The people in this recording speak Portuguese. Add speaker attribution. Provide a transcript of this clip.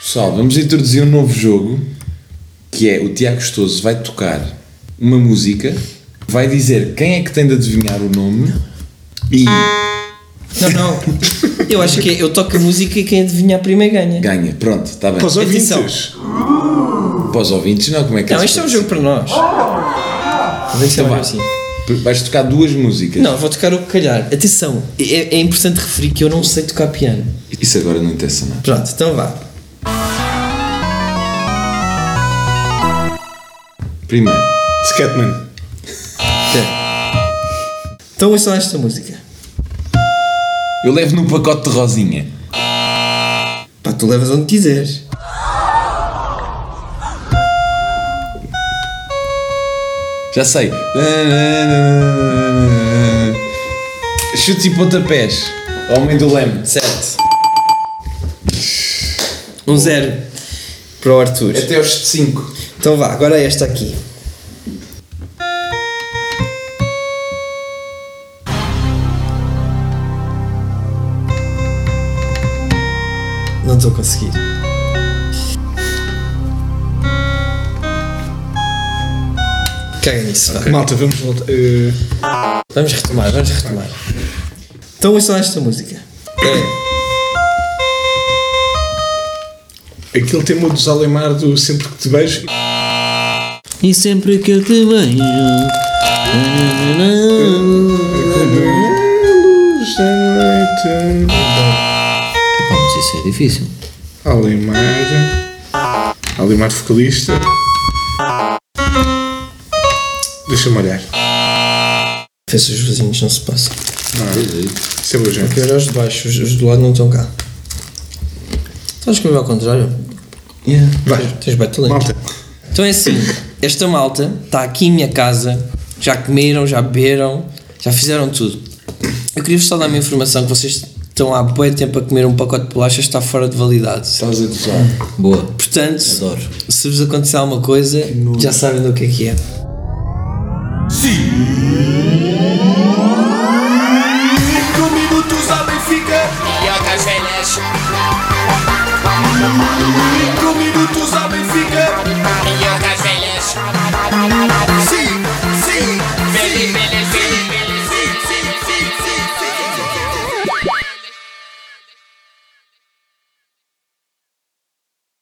Speaker 1: Pessoal, vamos introduzir um novo jogo que é o Tiago Gostoso vai tocar uma música, vai dizer quem é que tem de adivinhar o nome e
Speaker 2: Não, não. Eu acho que é, eu toco a música e quem adivinhar primeiro ganha.
Speaker 1: ganha. Pronto, está bem.
Speaker 3: Para os ouvintes.
Speaker 2: Atenção.
Speaker 1: Para os ouvintes, não, como é que
Speaker 2: Não,
Speaker 1: se
Speaker 2: isto é um
Speaker 1: faz?
Speaker 2: jogo para nós. Vamos
Speaker 1: Então
Speaker 2: chamar
Speaker 1: vá.
Speaker 2: assim.
Speaker 1: Vais tocar duas músicas.
Speaker 2: Não, vou tocar o que calhar. Atenção, é, é importante referir que eu não sei tocar piano.
Speaker 1: Isso agora não interessa nada.
Speaker 2: Pronto, então vá.
Speaker 1: Primeiro,
Speaker 3: Scatman.
Speaker 2: Espera. Então ouçam esta música.
Speaker 1: eu levo num pacote de rosinha.
Speaker 2: Pá, tu levas onde quiseres.
Speaker 1: Já sei. Chutes e pontapés. Homem do leme.
Speaker 2: Certo. Um zero para o Arthur.
Speaker 1: Até aos 5.
Speaker 2: Então vá, agora é esta aqui. Não estou a conseguir. Caga nisso, vá.
Speaker 3: Malta, vamos voltar. eh,
Speaker 2: Vamos retomar, vamos retomar. Então ouçam esta música. É.
Speaker 3: aquele tema dos Alemar do Sempre que te vejo.
Speaker 2: E sempre que eu te vejo.
Speaker 3: Luz da noite.
Speaker 2: Vamos, isso é difícil.
Speaker 3: Alemar. Alemar vocalista. Deixa-me olhar.
Speaker 2: Vê se os vizinhos não se passam.
Speaker 3: Isso é boa gente.
Speaker 2: Que era os de baixo, os, os do lado não estão cá. Estás comigo ao contrário?
Speaker 3: Vai.
Speaker 2: Tens bem talento.
Speaker 3: Malta.
Speaker 2: Então é assim, esta malta está aqui em minha casa, já comeram, já beberam, já fizeram tudo. Eu queria-vos só dar uma informação que vocês estão há bem tempo a comer um pacote de bolachas que está fora de validade.
Speaker 1: Estás a gozar.
Speaker 4: Boa.
Speaker 2: Portanto,
Speaker 4: Adoro.
Speaker 2: se vos acontecer alguma coisa, já sabem do que é que é.
Speaker 5: E outras velhas. Micro minutos a